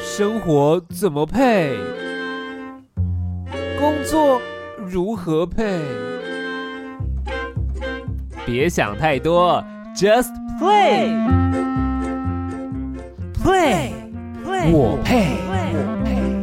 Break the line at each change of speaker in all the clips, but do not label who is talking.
生活怎么配？工作如何配？别想太多，Just play。Play，我配。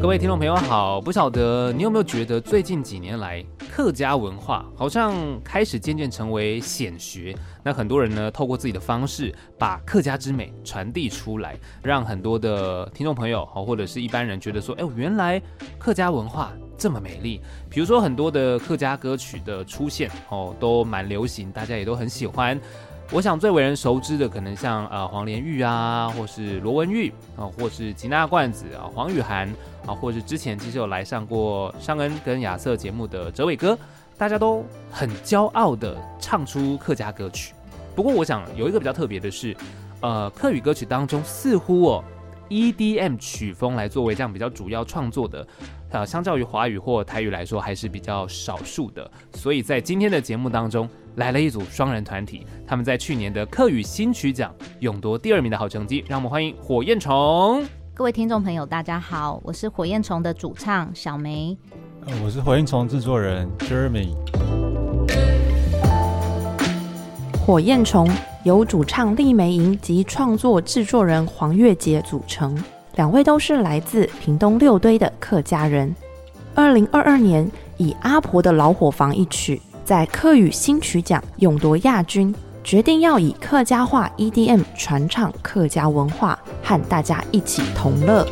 各位听众朋友好，不晓得你有没有觉得最近几年来，客家文化好像开始渐渐成为显学。那很多人呢，透过自己的方式，把客家之美传递出来，让很多的听众朋友好或者是一般人觉得说，哎，原来客家文化这么美丽。比如说很多的客家歌曲的出现哦，都蛮流行，大家也都很喜欢。我想最为人熟知的，可能像呃黄连玉啊，或是罗文玉啊、或是吉娜罐子啊、黄雨涵啊，或是之前其实有来上过尚恩跟亚瑟节目的哲伟哥，大家都很骄傲的唱出客家歌曲。不过我想有一个比较特别的是，呃，客语歌曲当中似乎哦 EDM 曲风来作为这样比较主要创作的，呃，相较于华语或台语来说还是比较少数的。所以在今天的节目当中，来了一组双人团体，他们在去年的客语新曲奖勇夺第二名的好成绩，让我们欢迎火焰虫。
各位听众朋友，大家好，我是火焰虫的主唱小梅。
呃我是火焰虫制作人 Jeremy。
火焰虫由主唱丽梅莹及创作制作人黄月杰组成，两位都是来自屏东六堆的客家人。二零二二年以《阿婆的老火房》一曲在客语新曲奖勇夺亚军，决定要以客家话 EDM 传唱客家文化，和大家一起同乐。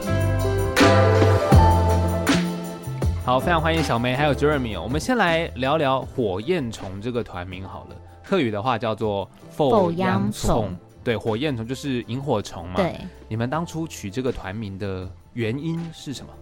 好，非常欢迎小梅还有 Jeremy 哦。我们先来聊聊火焰虫这个团名好了，客语的话叫做“
凤阳
虫
虫”，
对，火焰虫就是萤火虫嘛。，
对，
你们当初取这个团名的原因是什么？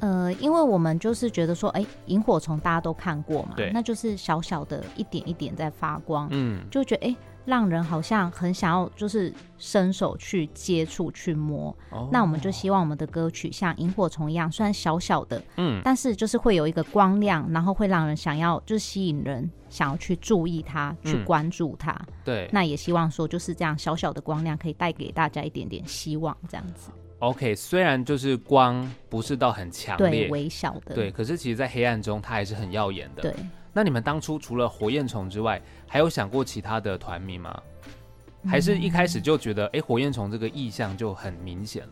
呃，因为我们就是觉得说，哎、萤火虫大家都看过嘛
对，
那就是小小的一点一点在发光，
嗯，
就觉得哎、让人好像很想要就是伸手去接触去摸。
哦
那我们就希望我们的歌曲像萤火虫一样，虽然小小的，
嗯
但是就是会有一个光亮，然后会让人想要就是吸引人想要去注意它，去
嗯
关注它。
对。
那也希望说，就是这样小小的光亮可以带给大家一点点希望，这样子，
OK，虽然就是光不是到很强
对，
烈，
微小的，
对，可是其实在黑暗中它还是很耀眼的。
对，
那你们当初除了火焰虫之外，还有想过其他的团名吗？还
嗯
是一开始就觉得，哎、火焰虫这个意象就很明显了。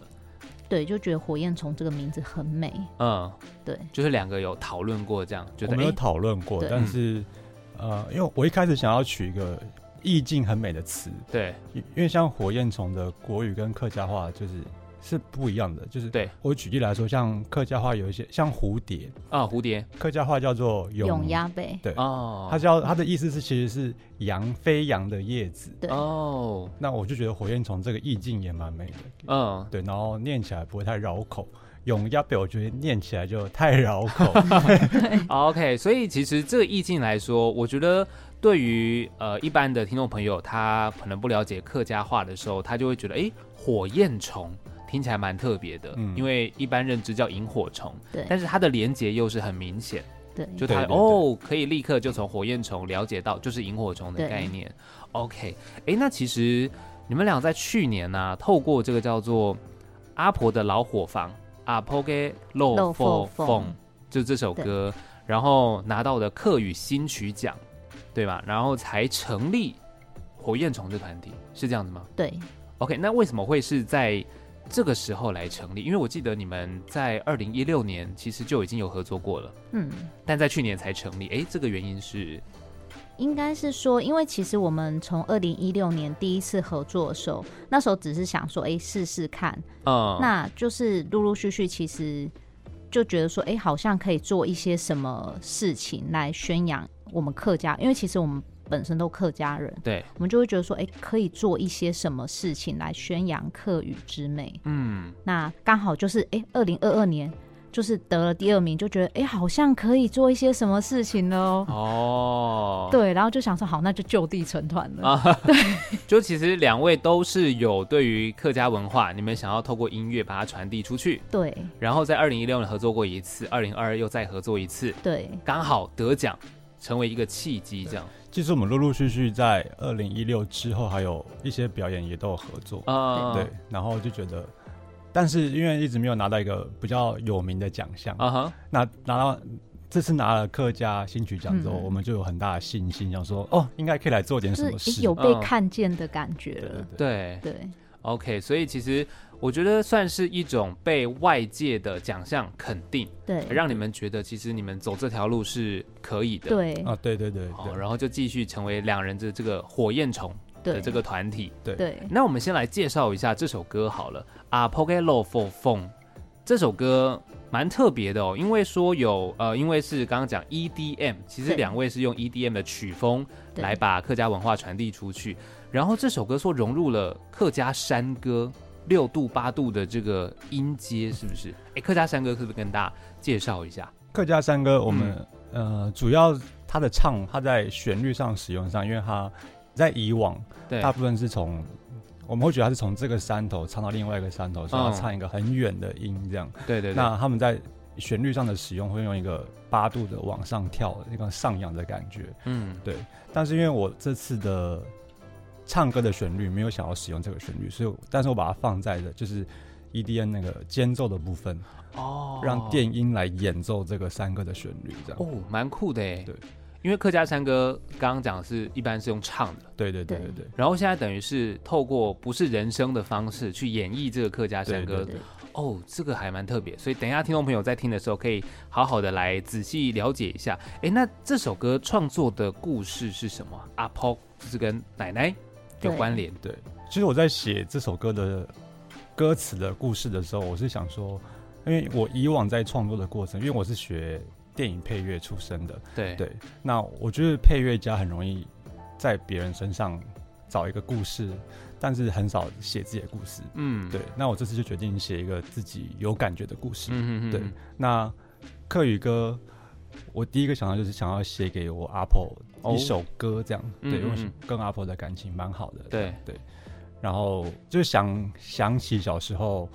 对，就觉得火焰虫这个名字很美，
嗯，
对，
就是两个有讨论过这样，觉
我
得
没有
哎、
讨论过
对，
但是呃，因为我一开始想要取一个意境很美的词，
对
因因为像火焰虫的国语跟客家话就是是不一样的。就是
对
我举例来说，像客家话有一些像蝴蝶，
啊，蝴蝶
客家话叫做
永，鸭背，
对，
哦，
它叫它的意思是其实是扬飞扬的叶子。
对
哦，
那我就觉得火焰虫这个意境也蛮美的，
嗯，
对，然后念起来不会太绕口。永鸭北我觉得念起来就太绕口，
OK，所以其实这个意境来说，我觉得对于呃一般的听众朋友，他可能不了解客家话的时候，他就会觉得，哎，火焰虫听起来蛮特别的，
嗯
因为一般认知叫萤火虫，
对
但是它的连结又是很明显，
对，
就它
对对对
哦，可以立刻就从火焰虫了解到就是萤火虫的概念。OK，哎，那其实你们俩在去年呢、透过这个叫做阿婆的老火房阿婆给漏
漏
火
火
凤
凤，
就这首
对
歌，然后拿到的客语新曲奖，对吧？然后才成立火焰虫这团体，是这样子吗
对，
？OK，那为什么会是在这个时候来成立？因为我记得你们在二零一六年其实就已经有合作过了。
嗯，
但在去年才成立。诶，这个原因是
应该是说，因为其实我们从二零一六年第一次合作的时候，那时候只是想说，哎、试试看，
嗯，
那就是陆陆续续，其实就觉得说，哎、好像可以做一些什么事情来宣扬我们客家，因为其实我们本身都客家人，
对，
我们就会觉得说，哎、可以做一些什么事情来宣扬客语之美。
嗯，
那刚好就是，哎、2二零二二年就是得了第二名，就觉得哎、诶好像可以做一些什么事情了哦。
哦，
对，然后就想说好，那就就地成团了。
啊，对，就其实两位都是有对于客家文化，你们想要透过音乐把它传递出去，
对
然后在二零一六年合作过一次，二零二二又再合作一次，
对，
刚好得奖，成为一个契机，这样。
其实我们陆陆续续在二零一六之后，还有一些表演也都有合作，
啊，
对，然后就觉得，但是因为一直没有拿到一个比较有名的奖项，
啊哈，
那拿到这次拿了客家新曲奖之后，
嗯
我们就有很大的信心，想说哦，应该可以来做点什
就
么
是
事
诶。有被
嗯
看见的感觉
对对
了。
对，
对
对
，OK，所以其实我觉得算是一种被外界的奖项肯定，
对
让你们觉得其实你们走这条路是可以的。。
对
啊，对对对对
哦，然后就继续成为两人的这个火焰虫的
对
这个团体。
对
那我们先来介绍一下这首歌好了，《啊 p o k e l o for Phone》这首歌蛮特别的哦，因为说有呃，因为是刚刚讲 EDM，其实
对
两位是用 EDM 的曲风
对
来把客家文化传递出去，然后这首歌说融入了客家山歌。六度八度的这个音阶是不是？哎，客家山歌是不是跟大家介绍一下？
客家山歌，我们、呃主要它的唱，它在旋律上使用上，因为它在以往
对，
大部分是从。我们会觉得它是从这个山头唱到另外一个山头，所以它唱一个很远的音这样。
对嗯对对，
那他们在旋律上的使用会用一个八度的往上跳，一个上扬的感觉。
嗯，
但是因为我这次的唱歌的旋律没有想要使用这个旋律，所以我但是我把它放在了就是 EDM 那个间奏的部分，
哦，
让电音来演奏这个山歌的旋律，这样。
哦，蛮酷的哎。
对，
因为客家山歌刚刚讲是一般是用唱的，
对对对
对
对对，
然后现在等于是透过不是人声的方式去演绎这个客家山歌。
对
对
哦，这个还蛮特别，所以等一下听众朋友在听的时候可以好好的来仔细了解一下。哎，那这首歌创作的故事是什么？啊阿婆就是跟奶奶有
对
关联。
其实我在写这首歌的歌词的故事的时候，我是想说，因为我以往在创作的过程，因为我是学电影配乐出身的，
对
对，那我觉得配乐家很容易在别人身上找一个故事，但是很少写自己的故事。
嗯，
对，那我这次就决定写一个自己有感觉的故事。
嗯嗯嗯，
对那客语歌，我第一个想到就是想要写给我阿婆
哦
一首歌，这样，
嗯
对，因为
嗯
我跟阿婆的感情蛮好的。
对
对，然后就想想起小时候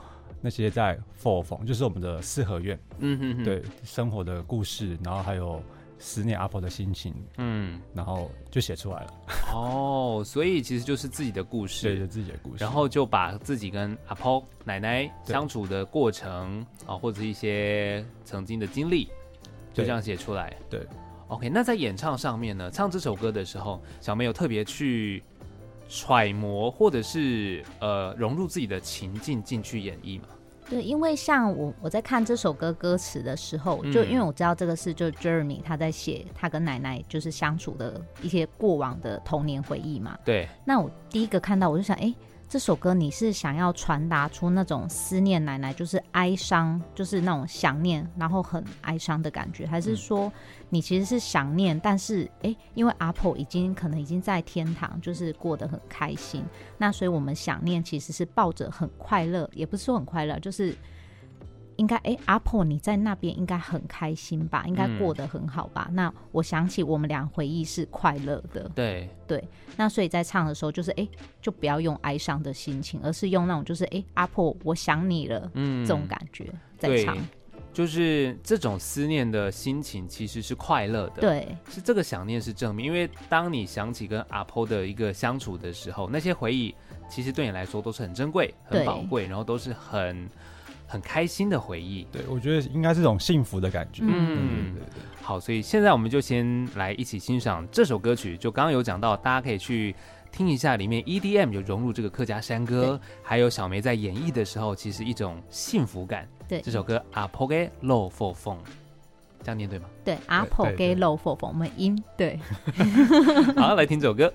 那些在佛房，就是我们的四合院，
嗯嗯嗯，
对，生活的故事，然后还有思念阿婆的心情，
嗯，
然后就写出来了，
哦，所以其实就是自己的故
写
事
着。自己的故事。
然后就把自己跟阿婆奶奶相处的过程啊，或者是一些曾经的经历，就
对
这样写出来。
对
，OK。那在演唱上面呢，唱这首歌的时候，小妹有特别去揣摩，或者是呃融入自己的情境进去演绎嘛？
对，因为像我我在看这首歌歌词的时候，
嗯
就因为我知道这个是就 Jeremy 他在写他跟奶奶就是相处的一些过往的童年回忆嘛。
对，
那我第一个看到我就想，哎，这首歌你是想要传达出那种思念奶奶，就是哀伤，就是那种想念，然后很哀伤的感觉，还是说你其实是想念，但是哎，因为阿婆已经可能已经在天堂，就是过得很开心，那所以我们想念其实是抱着很快乐，也不是说很快乐，就是。应该哎，阿婆你在那边应该很开心吧？应该
嗯
过得很好吧？那我想起我们俩回忆是快乐的，
对，
那所以在唱的时候，就是哎、诶就不要用哀伤的心情，而是用那种就是哎、诶阿婆，我想你了、
嗯，
这种感觉在
对
唱。
就是这种思念的心情其实是快乐的。。
对
是这个想念是证明，因为当你想起跟阿婆的一个相处的时候，那些回忆其实对你来说都是很珍贵、很
对
宝贵，然后都是很很开心的回忆。
对，我觉得应该是一种幸福的感觉。
嗯
对对对对
好，所以现在我们就先来一起欣赏这首歌曲。就刚刚有讲到，大家可以去听一下，里面 EDM 有融入这个客家山歌，还有小梅在演绎的时候，其实一种幸福感。
对
这首歌《阿婆给 Low for Phone》，这样念对吗？
对，阿婆
对
给
对
漏佛佛，我们音对。
好，来听这首歌。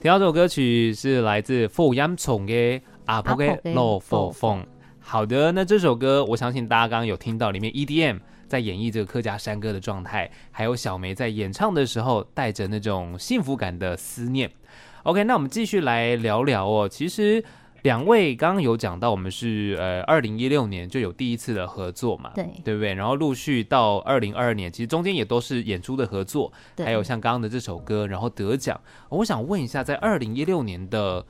听到这首歌曲是来自富阳虫的《阿婆的落佛风》。好的，那这首歌我相信大家刚刚有听到，里面 E EDM 在演绎这个客家山歌的状态，还有小梅在演唱的时候带着那种幸福感的思念。 OK，那我们继续来聊聊哦。其实两位刚刚有讲到，我们是呃二零一六年就有第一次的合作嘛，
对
对不对？然后陆续到二零二二年，其实中间也都是演出的合作，
对，
还有像刚刚的这首歌，然后得奖。哦我想问一下，在二零一六年的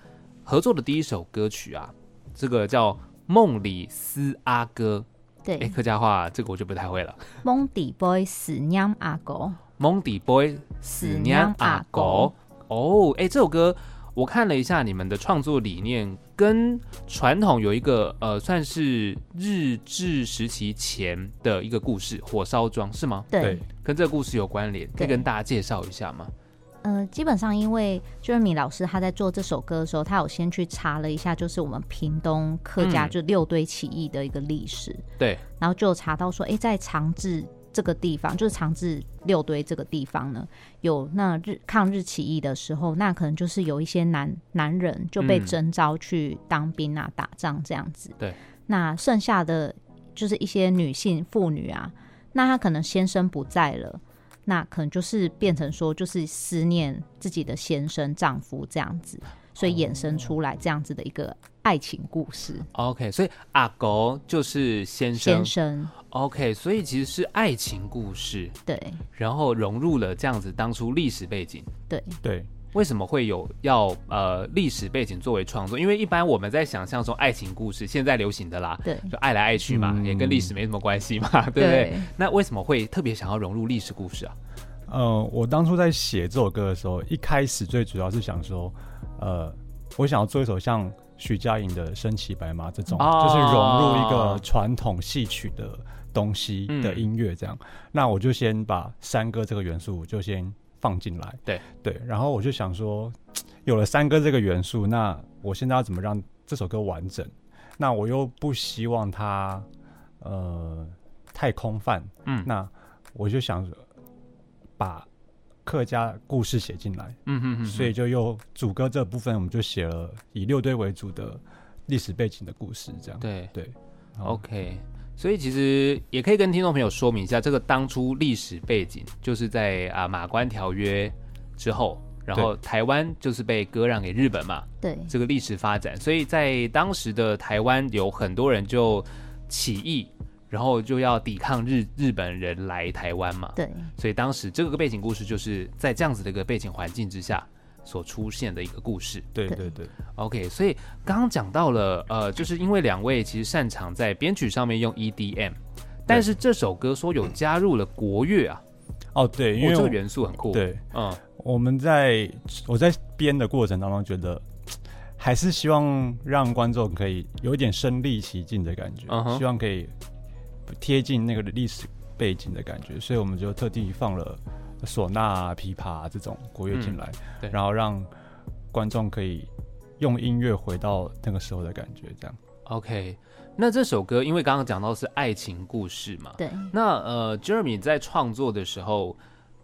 合作的第一首歌曲啊，这个叫《梦里思阿哥》，哎，
对
客家话这个我就不太会了。
蒙底 boy 死娘阿狗，
蒙迪 boy 死娘阿狗，哦，哎，这首歌我看了一下，你们的创作理念跟传统有一个呃，算是日治时期前的一个故事，火烧庄是吗？
对，
跟这个故事有关联，可以
对
跟大家介绍一下吗？
呃，基本上因为 Jeremy 老师他在做这首歌的时候，他有先去查了一下，就是我们屏东客家
嗯
就六堆起义的一个历史，
对，
然后就有查到说，诶，在长治这个地方，就是长治六堆这个地方呢，有那日抗日起义的时候，那可能就是有一些男男人就被
嗯
征召去当兵啊、打仗这样子。
对，
那剩下的就是一些女性妇女啊，那她可能先生不在了。那可能就是变成说，就是思念自己的先生、丈夫这样子，所以衍生出来这样子的一个爱情故事。
OK，所以阿狗就是先哦生
先生，
OK，所以其实是爱情故事，
对
然后融入了这样子当初历史背景。
对，
对，
为什么会有要呃历史背景作为创作？因为一般我们在想象中爱情故事，现在流行的啦，
对
就爱来爱去嘛，
嗯
也跟历史没什么关系嘛，对不对？那为什么会特别想要融入历史故事啊？
呃，我当初在写这首歌的时候，一开始最主要是想说，呃，我想要做一首像徐佳莹的《身骑白马》这种，
哦
就是融入一个传统戏曲的东西
嗯
的音乐这样。那我就先把山歌这个元素就先放进来，
对
对，然后我就想说，有了山歌这个元素，那我现在要怎么让这首歌完整？那我又不希望它呃太空泛，
嗯
那我就想着把客家故事写进来，
嗯哼哼，
所以就又主歌这部分，我们就写了以六堆为主的历史背景的故事，这样。
对
对好
OK，所以其实也可以跟听众朋友说明一下，这个当初历史背景就是在啊马关条约之后，然后台湾就是被割让给日本嘛，
对
这个历史发展，所以在当时的台湾有很多人就起义，然后就要抵抗日日本人来台湾嘛，
对
所以当时这个背景故事就是在这样子的一个背景环境之下所出现的一个故事。
对
对
对对
OK，所以刚刚讲到了，呃，就是因为两位其实擅长在编曲上面用 EDM，但是这首歌说有加入了国乐啊，
哦对，因
哦
为
这
我
个元素很酷。，
对
嗯，
我们在我在编的过程当中，觉得还是希望让观众可以有一点身临其境的感觉
嗯哼
希望可以贴近那个历史背景的感觉，所以我们就特地放了唢呐啊、琵琶啊这种国乐进来、
嗯对
然后让观众可以用音乐回到那个时候的感觉，这样。
OK，那这首歌因为刚刚讲到是爱情故事嘛，
对，
那呃，Jeremy 在创作的时候，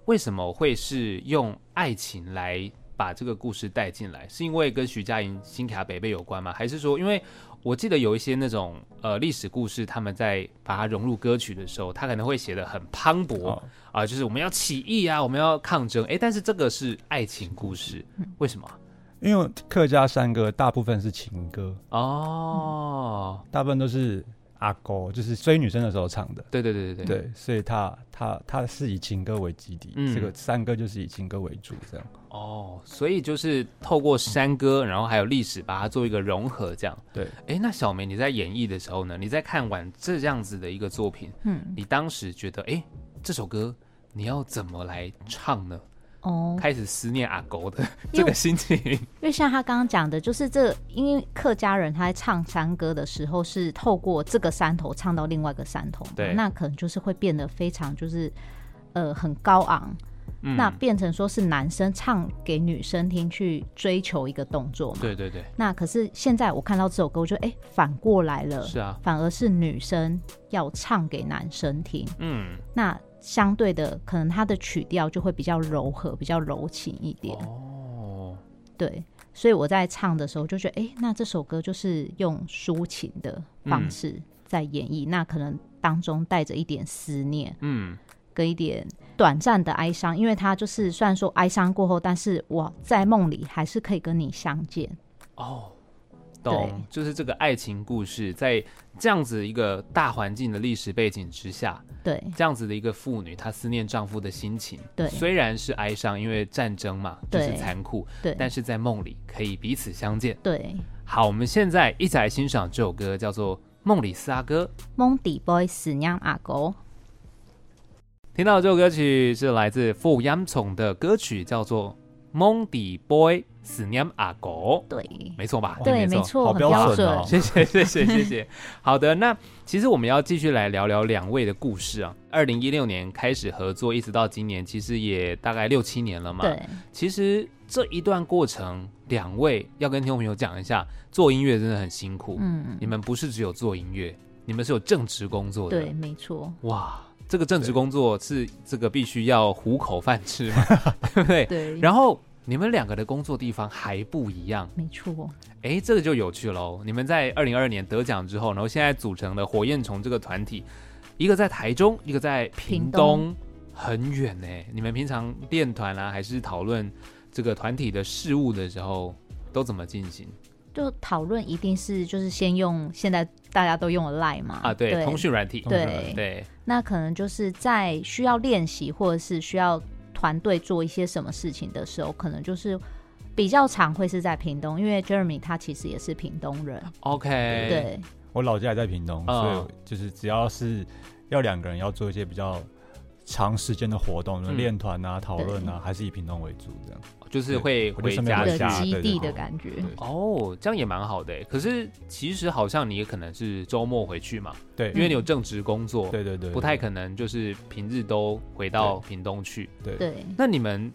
为什么会是用爱情来把这个故事带进来？是因为跟徐佳莹《新卡北贝》有关吗？还是说，因为我记得有一些那种呃历史故事，他们在把它融入歌曲的时候，他可能会写的很磅礴啊、
哦
就是我们要起义啊，我们要抗争。诶，但是这个是爱情故事，为什么啊？
因为客家山歌大部分是情歌，
哦，
大部分都是阿勾，就是追女生的时候唱的。
对对对对对，
对，所以他他他是以情歌为基底，
嗯
这个三歌就是以情歌为主，这样。
哦，所以就是透过山歌，然后还有历史，把它做一个融合，这样。
对，
哎，那小梅，你在演绎的时候呢？你在看完这样子的一个作品，
嗯，
你当时觉得，哎，这首歌你要怎么来唱呢？
哦，
开始思念阿狗的
因为
这个心情，
因为像他刚刚讲的，就是这，因为客家人他在唱山歌的时候，是透过这个山头唱到另外一个山头嘛，
对
那可能就是会变得非常就是。呃，很高昂，
嗯
那变成说是男生唱给女生听去追求一个动作嘛。
对对对，
那可是现在我看到这首歌，我就哎、诶反过来了，
是啊，
反而是女生要唱给男生听。
嗯，
那相对的，可能它的曲调就会比较柔和，比较柔情一点。
哦，
对，所以我在唱的时候就觉得，哎、那这首歌就是用抒情的方式在演绎，那可能当中带着一点思念
嗯，
个一点短暂的哀伤，因为他就是虽然说哀伤过后，但是我在梦里还是可以跟你相见。
哦，懂，就是这个爱情故事在这样子一个大环境的历史背景之下，
对
这样子的一个妇女，她思念丈夫的心情，
对
虽然是哀伤，因为战争嘛，就是
对
残酷，
对
但是在梦里可以彼此相见。
对，
好，我们现在一起来欣赏这首歌，叫做《梦里四阿哥》。
蒙底 boy 死娘阿狗，
听到这首歌曲是来自富央宠的歌曲，叫做《蒙底 boy 思念阿狗》，
对
没错吧？
对，没
没
错，
好
很
标
标
准哦
准。
谢谢谢谢谢谢。 好的，那其实我们要继续来聊聊两位的故事啊。二零一六年开始合作，一直到今年，其实也大概六七年了嘛。。
对，
其实这一段过程，两位要跟听众朋友讲一下，做音乐真的很辛苦。
嗯
你，们不是只有做音乐，你们是有正职工作的。
对，。没错，
哇，这个正职工作是这个必须要糊口饭吃嘛，对不对？
对，
然后你们两个的工作地方还不一样。
没错，
哎，这个就有趣喽！你们在二零二二年得奖之后，然后现在组成的火焰虫这个团体，一个在台中，一个在屏
屏
东
东，
很远呢。你们平常练团啊，还是讨论这个团体的事务的时候，都怎么进行
就讨论一定是就是先用现在大家都用的 Line 嘛
啊？对，通讯软体，
通讯
软体
对，
那可能就是在需要练习或者是需要团队做一些什么事情的时候，可能就是比较常会是在屏东，因为 Jeremy 他其实也是屏东人，
，OK，
对
我老家也在屏东，
啊
所以就是只要是要两个人要做一些比较长时间的活动，
嗯
练团啊、讨论啊，还是以屏东为主这样。
就是会
我就
回
顺便
家
问一下
乡
的基地
对对
的感觉。
哦，这样也蛮好的诶。可是其实好像你也可能是周末回去嘛，
对，
因为你
嗯
有正职工作，
对对对，
不太可能就是平日都回到屏东去。
对对
对，
那你们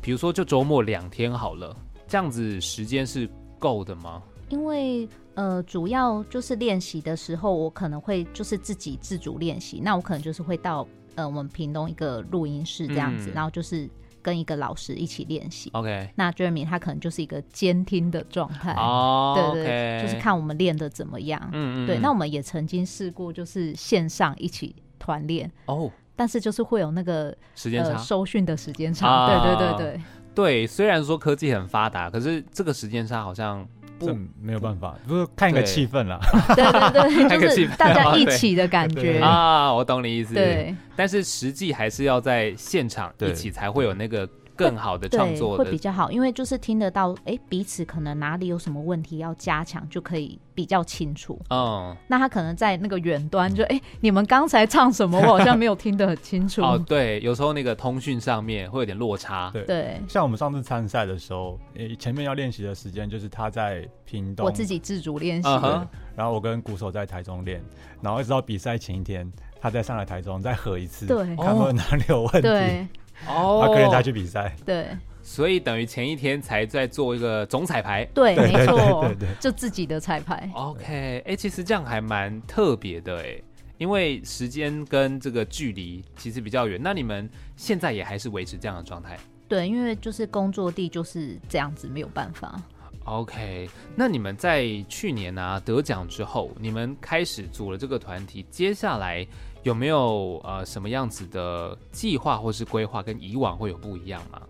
比如说就周末两天好了，这样子时间是够的吗？
因为呃，主要就是练习的时候，我可能会就是自己自主练习，那我可能就是会到呃我们屏东一个录音室这样子，
嗯
然后就是跟一个老师一起练习。
？OK，
那 Jeremy 他可能就是一个监听的状态，
哦，
对对
OK
就是，看我们练的怎么样。
嗯
对，那我们也曾经试过，就是线上一起团练，
哦，
但是就是会有那个
时间
呃
差，
收讯的时间差。
啊
对对对对，
对，虽然说科技很发达，可是这个时间差好像不
这没有办法，不是看一个
嗯对
气氛啦。
对 对
那
对，
个
就
气
是
氛
大
啊
家一
对
起 的感
对
觉。
啊，我懂你意思。，
对
但是实际还是要在现场一
对
起才会有那个更好的创
对，
作
会
的
比较好，因为就是听得到，哎，彼此可能哪里有什么问题要加强，就可以比较清楚。
嗯，
那他可能在那个远端就，哎，你们刚才唱什么？我好像没有听得很清楚。
哦，对，有时候那个通讯上面会有点落差。
对
对，
像我们上次参赛的时候，诶，前面要练习的时间就是他在屏东，
我自己自主练习。
嗯
对
哼
然后我跟鼓手在台中练，然后一直到比赛前一天，他再上来台中再合一次，
对
看会哪里有问题，然
对
哦，
后跟人家去比赛。
对
所以等于前一天才在做一个总彩排。
对，
对
没错
对对对，
就自己的彩排。
OK，哎、其实这样还蛮特别的哎、因为时间跟这个距离其实比较远。那你们现在也还是维持这样的状态
对，因为就是工作地就是这样子，没有办法。
？OK，那你们在去年啊得奖之后，你们开始组了这个团体，接下来有没有呃什么样子的计划或是规划，跟以往会有不一样吗？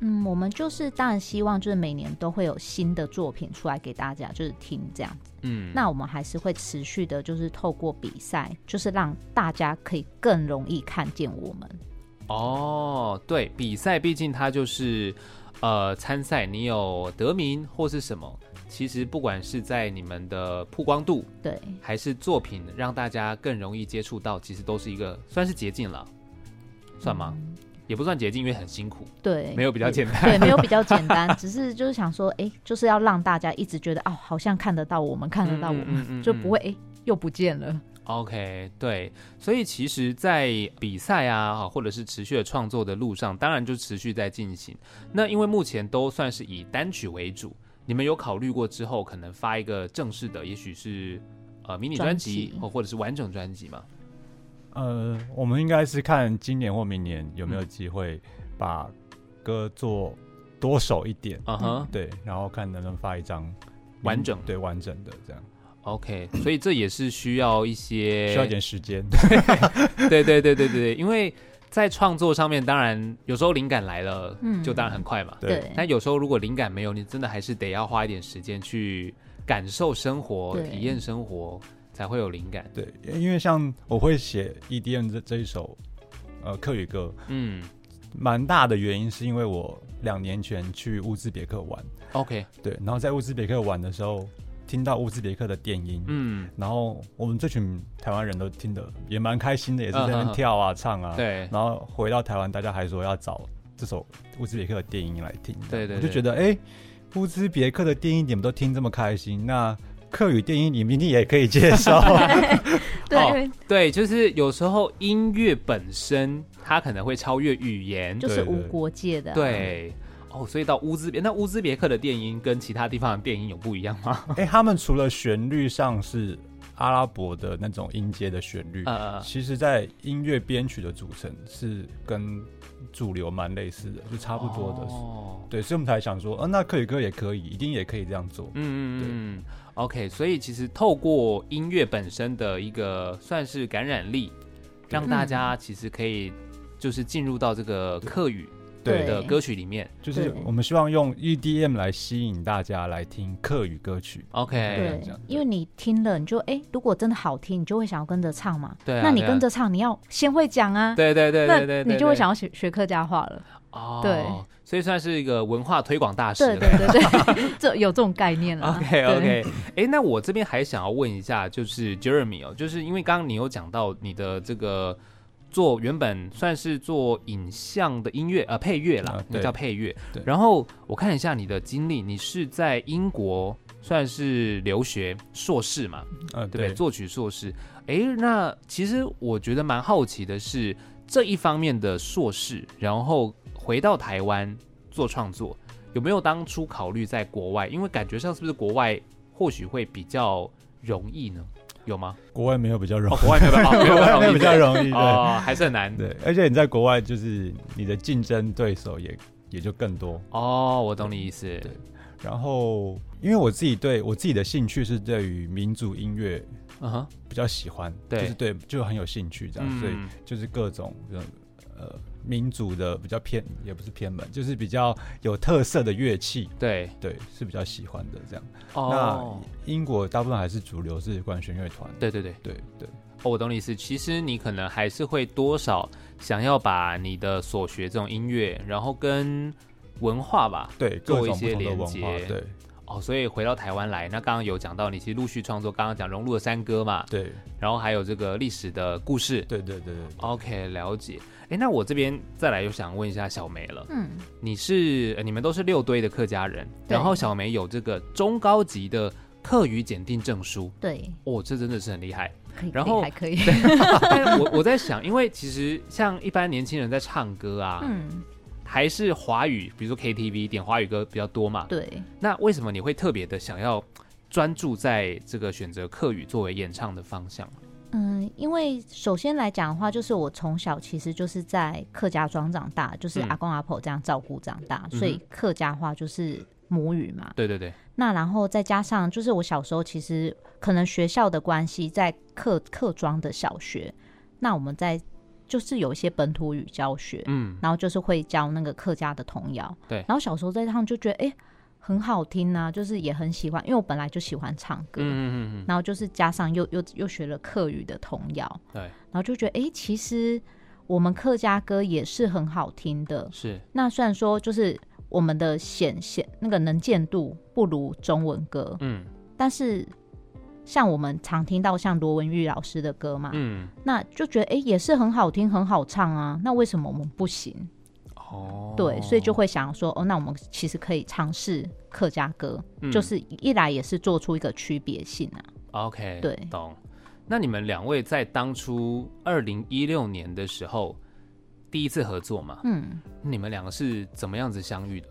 嗯，我们就是当然希望就是每年都会有新的作品出来给大家就是听这样子。
嗯，
那我们还是会持续的，就是透过比赛，就是让大家可以更容易看见我们。
哦，对，比赛毕竟它就是，呃，参赛你有得名或是什么，其实不管是在你们的曝光度，
对
还是作品，让大家更容易接触到，其实都是一个算是捷径了，算吗？也不算捷径，因为很辛苦，
对，
没有比较简单。
对，没有比较简单，只是就是想说，哎、就是要让大家一直觉得哦，好像看得到我们，看得到我们，
嗯嗯嗯嗯嗯
就不会哎、诶又不见了。
OK，对，所以其实，在比赛啊，或者是持续的创作的路上，当然就持续在进行。那因为目前都算是以单曲为主，你们有考虑过之后可能发一个正式的，也许是呃迷你专
专
辑
辑
或或者是完整专辑嘛？
呃，我们应该是看今年或明年有没有机会把歌做多首一点，
嗯哼、
对，然后看能不能发一张
完整
对完整的这样，
o k 所以这也是需要一些
需要一点时间。
对对对对对，因为在创作上面，当然有时候灵感来了，
嗯
就当然很快嘛。
对
对
但有时候如果灵感没有，你真的还是得要花一点时间去感受生活、
对
体验生活，才会有灵感。
对，因为像我会写 EDM 这这一首呃客语歌，
嗯
蛮大的原因是因为我两年前去乌兹别克玩，
，OK，
对，然后在乌兹别克玩的时候，听到乌兹别克的电音，
嗯，
然后我们这群台湾人都听得也蛮开心的，也是在那
嗯嗯嗯
边跳啊、唱啊，
对，
然后回到台湾，大家还说要找这首乌兹别克的电音来听，
对对
我就
对
觉得哎，诶乌兹别克的电音你们都听这么开心，那客语电音你们一定也可以接 受，
哦
对，因为
对，就是有时候音乐本身它可能会超越语言，
就是
对对
无国界的啊，
对。哦，所以到乌兹别那乌兹别克的电音跟其他地方的电音有不一样吗？
哎，他们除了旋律上是阿拉伯的那种音阶的旋律，
呃，
其实，在音乐编曲的组成是跟主流蛮类似的，就差不多的。
哦
对，所以我们才想说，啊，那客语歌也可以，一定也可以这样做。
嗯嗯嗯嗯，OK，所以其实透过音乐本身的一个算是感染力，让大家其实可以就是进入到这个客语
对
的歌曲里面。
就是
对
我们希望用 EDM 来吸引大家来听客语歌曲。
OK，
对
这样，
因为你听了，你就哎，如果真的好听，你就会想要跟着唱嘛。
对啊
那你
对啊
跟着唱，你要先会讲啊。
对对对对对对，
那你就会
对
想要学学客家话了。
哦，
对，
所以算是一个文化推广大使。
对对对对， 这有这种概念了 啊。
OK
对
OK，哎、那我这边还想要问一下，就是 Jeremy 哦，就是因为刚刚你有讲到你的这个做原本算是做影像的音乐呃配乐啦
啊，
那、
对
叫配乐
对。
然后我看一下你的经历，你是在英国算是留学硕士嘛，
呃，
对不对？作曲硕士。哎、那其实我觉得蛮好奇的是这一方面的硕士，然后回到台湾做创作，有没有当初考虑在国外？因为感觉上是不是国外或许会比较容易呢？有吗？
国外没有比较容
哦，国外没有办法，
易，
没有
国
办
外
法
没有比较容易。对
哦，还是很难。
对，而且你在国外就是你的竞争对手也也就更多。
哦，我懂你意思。
对然后，因为我自己对我自己的兴趣是对于民族音乐
嗯哼，
比较喜欢，
对
就是对就很有兴趣这样，所以
嗯，
就是各种呃民族的比较偏，也不是偏门，就是比较有特色的乐器，
对，
对，是比较喜欢的这样。
哦，
那英国大部分还是主流是管弦乐团，
对对对。
对对
哦，我懂你意思。其实你可能还是会多少想要把你的所学这种音乐，然后跟文化吧，
对，
做
各
一
种不
些
同的
连
文化
接，
对
哦，所以回到台湾来，那刚刚有讲到你其实陆续创作，刚刚讲融入了山歌嘛，
对
然后还有这个历史的故事。
对对对对。
OK，了解。哎，那我这边再来又想问一下小梅了，
嗯，
你是呃你们都是六堆的客家人，
对
然后小梅有这个中高级的客语检定证书，
对，
哦，这真的是很厉害。
可以，
然
可以
后
还可以。
但我我在想，因为其实像一般年轻人在唱歌啊，
嗯，
还是华语，比如说 KTV 点华语歌比较多嘛。
对，
那为什么你会特别的想要专注在这个选择客语作为演唱的方向？
嗯，因为首先来讲的话，就是我从小其实就是在客家庄长大，就是
嗯
阿公阿婆这样照顾长大，所以
嗯
客家话就是母语嘛。
对对对，
那然后再加上，就是我小时候其实可能学校的关系，在客客庄的小学，那我们在就是有一些本土语教学，
嗯，
然后就是会教那个客家的童谣。
对
然后小时候在唱就觉得哎、诶很好听啊，就是也很喜欢，因为我本来就喜欢唱歌，
嗯嗯嗯嗯，
然后就是加上又又又学了客语的童谣，
对，
然后就觉得哎、诶其实我们客家歌也是很好听的。
嗯是，
那虽然说就是我们的显现那个能见度不如中文歌，
嗯
但是像我们常听到像罗文玉老师的歌嘛，
嗯，
那就觉得哎、诶也是很好听，很好唱啊。那为什么我们不行？
哦，
对，所以就会想说，哦，那我们其实可以尝试客家歌，
嗯
就是一来也是做出一个区别性啊。
OK，
对
懂。那你们两位在当初二零一六年的时候第一次合作嘛？
嗯，
你们两个是怎么样子相遇的？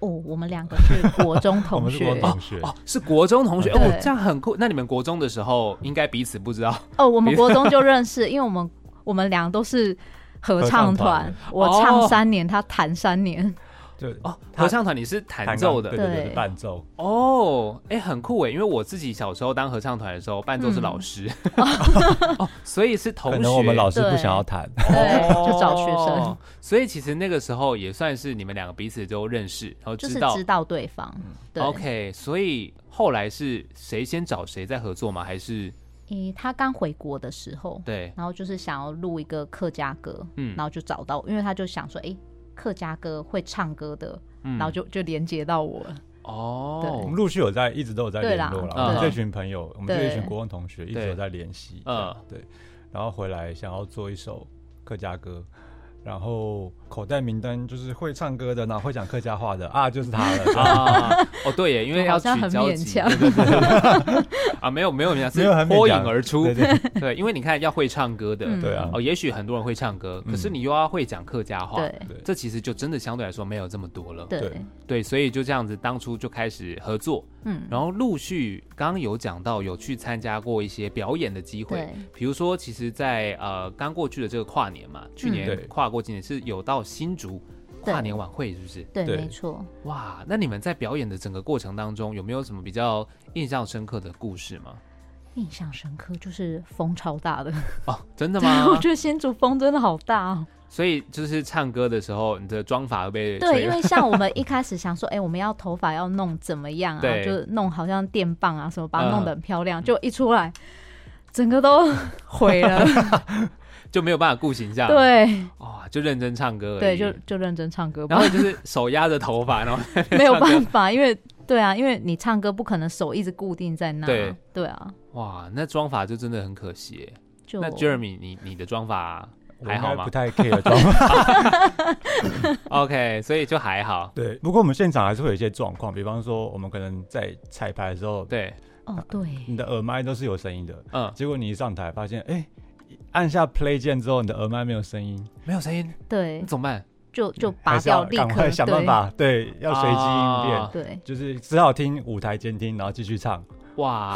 哦，我们两个 是国中
我
同
们是
学
国，中同学，
哦，是国中同学哦
对，
这样很酷。那你们国中的时候应该彼此不知道
哦，我们国中就认识，因为我们我们俩都是合唱
合唱
团
团，
我
哦
唱三年，他弹三年，
就
哦，
他
合唱团你是弹
弹
奏
钢
的
对对对，
对
伴奏。
哦，哎、很酷哎，因为我自己小时候当合唱团的时候，伴奏是
嗯
老师， 哦，所以是同
可
学，
能我们老师不
对
想要弹，
对，就找学生
哦，所以其实那个时候也算是你们两个彼此都认识，然后
就
知
是
道。
知道对方。
嗯
对
OK，所以后来是谁先找谁再合作吗？还是
诶，他刚回国的时候，
对，
然后就是想要录一个客家歌，
嗯
然后就找到，因为他就想说，诶，客家歌会唱歌的，
嗯
然后就就连接到我了。
哦
我们，陆续有在一直都有在联络
对
了
啦。
我们
嗯
这群朋友，我们这一群
对
国文同学一直有在联系。
对
嗯，对。然后回来想要做一首客家歌，然后口袋名单就是会唱歌的，然后会讲客家话的啊，就是他了。啊
啊，哦对耶，因为要
好
取
像很
交
勉
集，
强
对对对啊，没有没有勉强，
没有很
是
勉
脱颖
强
而出
对，对
对，因为你看要会唱歌的，
嗯
对啊，
哦，也许很多人会唱歌，可是
嗯
你又要会讲客家话，
对
对
这其实就真的相对来说没有这么多了。
对
对，
对，所以就这样子，当初就开始合作，
嗯，
然后陆续刚刚有讲到有去参加过一些表演的机会，
对
比如说其实在，呃刚过去的这个跨年嘛，去
对
年跨过今年是有到新竹
嗯对
跨年晚会，是不是？
对，
对
没错。
哇，那你们在表演的整个过程当中，有没有什么比较印象深刻的故事吗？
印象深刻就是风超大的，
哦，真的
我
吗？
觉得新竹风真的好大哦。
所以就是唱歌的时候，你的妆法被
对，
吹
因
了，
为像我们一开始想说，哎、我们要头发要弄怎么样 啊？
对嗯
就弄好像电棒啊什么，把它弄得很漂亮。就一出来，整个都毁 了。
就没有办法顾形象。，
对
哇、就认真唱歌而已。
对，就就认真唱歌吧，
然后就是手压着头发，然后
没有办法，因为对啊，因为你唱歌不可能手一直固定在那，
对
啊，
哇，那妆法就真的很可惜耶。
就
那 Jeremy，你你的妆法
我
还
应
好
该
吗
不太 care 状况。
？OK，所以就还好。
对，不过我们现场还是会有一些状况，比方说我们可能在彩排的时候，
对，
哦对，
你的耳麦都是有声音的，
嗯，
结果你一上台发现，哎，按下 play 键之后，你的耳麦没有声音，
没有声音，
对
那，怎么办？
就就拔
嗯还是要
掉，立
赶快
刻
想办法，对，要随机应变
啊。
对
就是只好听舞台监听，然后继续唱。
哇，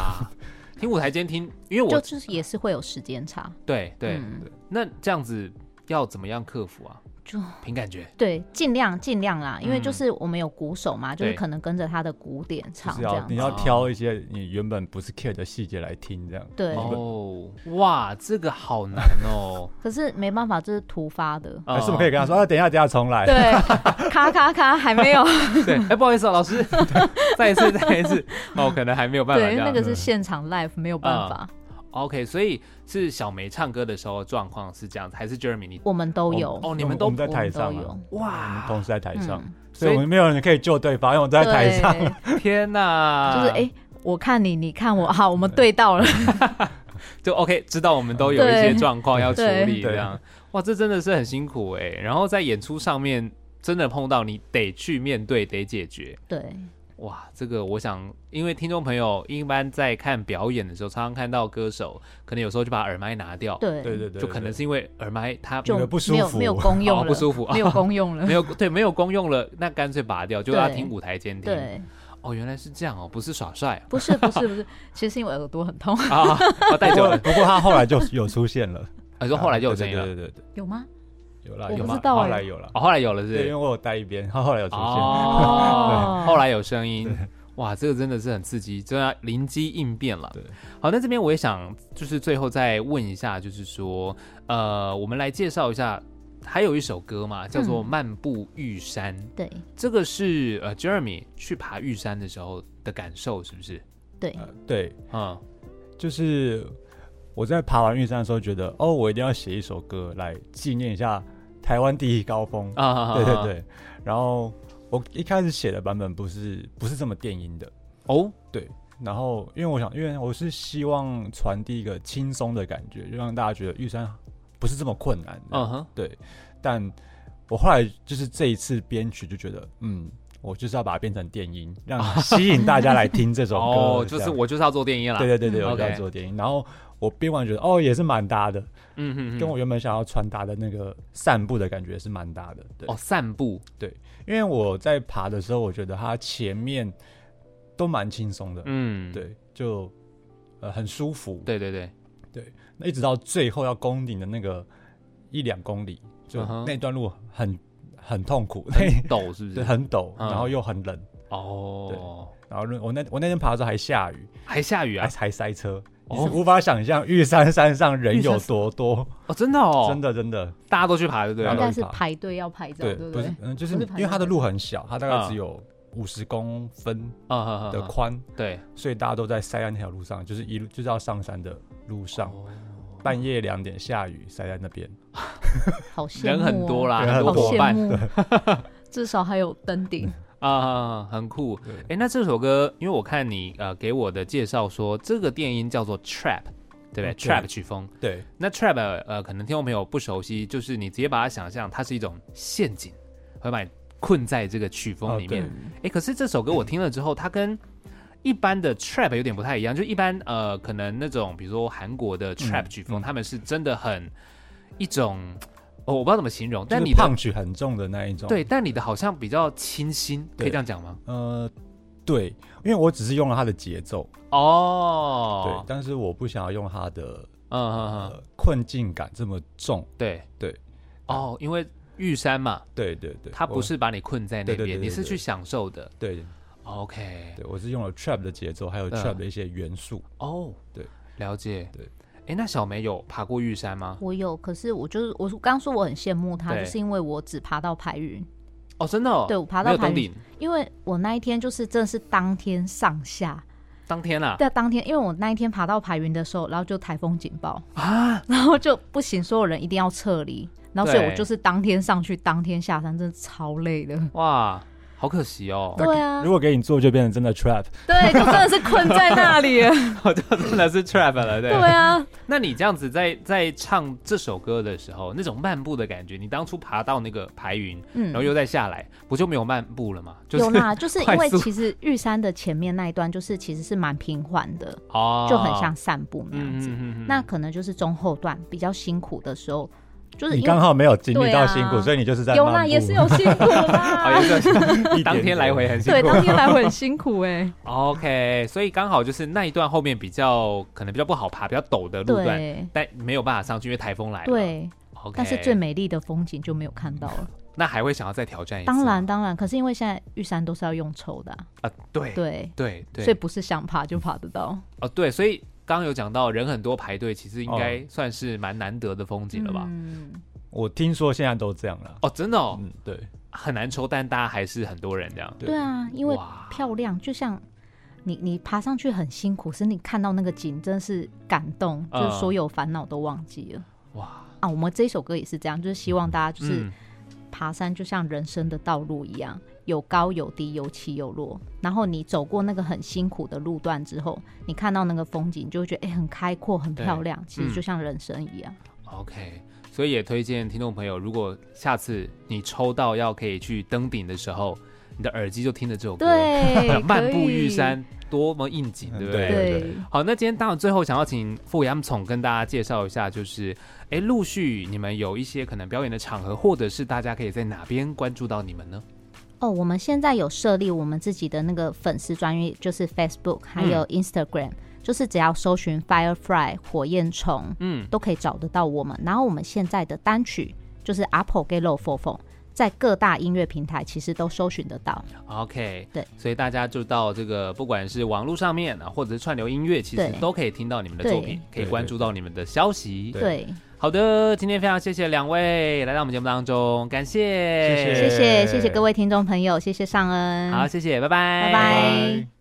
听舞台监听，因为
对，就
我
就是也是会有时间差，
对对、
嗯
那这样子要怎么样克服啊？
就
凭感觉，
对，尽量尽量啦，因为
嗯
就是我们有鼓手嘛，就是
对
可能跟着他的鼓点
就
唱
是
这
要
样
你
子。
要
哦
挑一些你原本不是 care 的细节来听，这样。
对，
哦，哇，这个好难哦。。
可是没办法，这是突发的
哦
还是我们可以跟他说，啊，等一下，等一下重来。
对， 咔咔咔，还没有。
对，哎、不好意思、哦，老师， 再一次，再一次，哦，可能还没有办法这
对，
样。嗯
那个是现场 live，没有
嗯
办法。
OK，所以是小梅唱歌的时候状况是这样子，还是 Jeremy 你？
我们都有，
哦，你们
我们
都
我们在
我
台
们都
上啊
有。
哇，
同时在台上，
嗯，
所以我们没有人可以救对方，因为我们都在台上。啊
对
天哪，
就是哎，我看你，你看我，好，我们对 到了。
就 OK，知道我们都有一些
对
状况要处理，
对
这样哇，这真的是很辛苦哎、然后在演出上面，真的碰到你得去面对，得解决。
对，
哇，这个我想，因为听众朋友一般在看表演的时候，常常看到歌手可能有时候就把耳麦拿掉，
对，
对对对，
就可能是因为耳麦它
就
觉得不舒
没有
服
没有公用
哦
了，
不舒服 啊
没有公用了
没。有对没有功用了，那干脆拔掉，就要听舞台监听。
对，
哦，原来是这样哦，不是耍帅
不是不是不是，其实是因为耳朵很痛，
啊，啊啊带
不
久
过
了，
不过他后来就有出现了，
你说后来就有声音了，
对对对对，
有吗？
有啦，
我
有
不
啦
知道
后
哎
来有了。
哦，后来有了是不
对，因
是
为我有带一边，他后来有出现。
哦，
对
后来有声音，哇，这个真的是很刺激，真的要灵机应变了。
对，
好，那这边我也想就是最后再问一下，就是说，呃，我们来介绍一下，还有一首歌嘛，叫做《
嗯
漫步玉山》，
对
这个是呃 Jeremy 去爬玉山的时候的感受，是不是？
对
呃对，
嗯，
就是我在爬完玉山的时候，觉得哦，我一定要写一首歌来纪念一下台湾第一高峰。
啊
对对，对，然后我一开始写的版本不是不是这么电音的，
哦，
然后因为我想，因为我是希望传递一个轻松的感觉，就让大家觉得玉山不是这么困难的。
嗯哼，
对，但我后来就是这一次编曲就觉得，嗯，我就是要把它变成电音， 让吸引大家来听这首歌。
哦，就
这
是
样
我就是要做电音啦，
对对对对，
嗯
我就要
OK
做电音，然后。我编完觉得哦，也是蛮搭的，
嗯哼哼，
跟我原本想要传达的那个散步的感觉是蛮搭的。对，
哦散步，
因为我在爬的时候，我觉得它前面都蛮轻松的，
嗯，
对，就呃很舒服。
对对对，
那一直到最后要攻顶的那个一两公里，就
嗯哼
那段路很、很痛苦，
很陡是不
对，
是？
很陡，
嗯
然后又很冷，
哦，
然后我那我那天爬的时候还下雨，
还下雨
还
啊？
还塞车，你
哦
是无法想象玉山山上人
玉山
有多多，
哦，真的哦，
真的真的，
大家都去爬，对不
大
应
对？
家
该是排队要拍照，对不
不是
对？
嗯，就是
不是
你
爬
因为它
山
的路很小，它大概
嗯
只有五十公分
啊啊啊
的
啊
宽，
对，
所以大家都在塞在那条路上，就是一路就是要上山的路上，
哦
半夜两点下雨塞在那边，
好羡慕、哦，
人很多啦，
人
很
很
多
好
伙
羡
伴
慕，哦 至少还有登顶。
啊，很酷。
对，
哎，那这首歌，因为我看你呃给我的介绍说，这个电音叫做 trap，对不对
嗯对
？trap 曲风。
对
那 trap 呃，可能听众朋友不熟悉，就是你直接把它想象，它是一种陷阱，会把你困在这个曲风里面
哦。
哎、可是这首歌我听了之后，它跟一般的 trap 有点不太一样，就一般呃，可能那种比如说韩国的 trap
嗯
曲风，
嗯
他们是真的很一种，哦，我不知道怎么形容，但
就是
你的
胖曲很重的那一种，
对，但你的好像比较清新，可以这样讲吗？
呃，对，因为我只是用了它的节奏，对
哦，，
但是我不想要用它的
嗯嗯嗯，
呃困境感这么重，
对
对，
哦，因为玉山嘛，
对对对，
它不
我
是把你困在那
对对对
边，
对
你是
对
去享受的。
对
OK，
对，我是用了 trap 的节奏，还有
嗯
trap 的一些元素，
哦，
对，
了解，
对。
哎，那小梅有爬过玉山吗？
我有，可是我就是我刚说我很羡慕他，
对
就是因为我只爬到排云，
哦，真的哦，
对我爬
没
到
有
排
登
云，
顶，
因为我那一天就是真的是当天上下，
当天啊
在当天，因为我那一天爬到排云的时候，然后就台风警报，
啊，
然后就不行，所有人一定要撤离，然后所以
对
我就是当天上去，当天下山，真的超累的，
哇，好可惜 哦，
对啊
如，果给你做，就变成真的 trap，
对，就真的是困在那里，
我就 真的是 trap 了， 对
对啊，
那你这样子在在唱这首歌的时候，那种漫步的感觉，你当初爬到那个排云，
嗯
然后又再下来，不就没有漫步了吗？就是
有啦，就是
快
因为
速
其实玉山的前面那一段，就是其实是蛮平缓的，
哦
就很像散步那样子。
嗯
那可能就是中后段比较辛苦的时候，就是
你
因为
刚好没有经
嗯
历
对
到
啊
辛苦，所以你就是在
有
漫
啦，
步
也是有辛 苦
哦，
啦。
也 是
一点
当天
点
来回很辛
对，
苦。
当天来回很辛苦哎、
OK，所以刚好就是那一段后面比较可能比较不好爬，比较陡的 路段，
对
但没有办法上去，因为台风来了。
对，
，OK，
但是最美丽的风景就没有看到了。
那还会想要再挑战一次吗。
当然当然，可是因为现在玉山都是要用抽的啊、
啊，对
对，
对对，
所以不是想爬就爬得到。
哦，对，所以刚刚有讲到人很多排队，其实应
哦
该算是蛮难得的风景了吧？
嗯，
我听说现在都这样了，
哦，真的哦，
嗯，对，
很难抽，但大家还是很多人这样。
对
对啊，因为
哇
漂亮，就像你你爬上去很辛苦，是你看到那个景真的是感动，
嗯
就是所有烦恼都忘记了。
哇，
啊，我们这一首歌也是这样，就是希望大家就是
嗯
爬山就像人生的道路一样，有高有低，有起有落。然后你走过那个很辛苦的路段之后，你看到那个风景，就会觉得哎、很开阔，很
对
漂亮。其
嗯
实就像人生一样，
OK，所以也推荐听众朋友，如果下次你抽到要可以去登顶的时候，你的耳机就听着这首歌，，
对
漫步
可以
玉，山，多么应景，
嗯
对不
对
对，
好，那今天当然最后想要请傅阳总跟大家介绍一下，就是哎，陆续你们有一些可能表演的场合，或者是大家可以在哪边关注到你们呢？
哦，我们现在有设立我们自己的那个粉丝专业，就是 Facebook 还有 Instagram，、就是只要搜寻 Firefly 火焰虫
嗯，
都可以找得到我们。然后我们现在的单曲就是 Apple g a l o f o f o 在各大音乐平台其实都搜寻得到。
OK，
对，
所以大家就到这个，不管是网络上面啊，或者是串流音乐，其实
对
都可以听到你们的作品，可以
对
关注到你们的消息。
对，
好的，今天非常谢谢两位来到我们节目当中，感谢，
谢
谢谢谢谢各位听众朋友，谢谢尚恩，
好，谢谢，拜拜，
拜拜。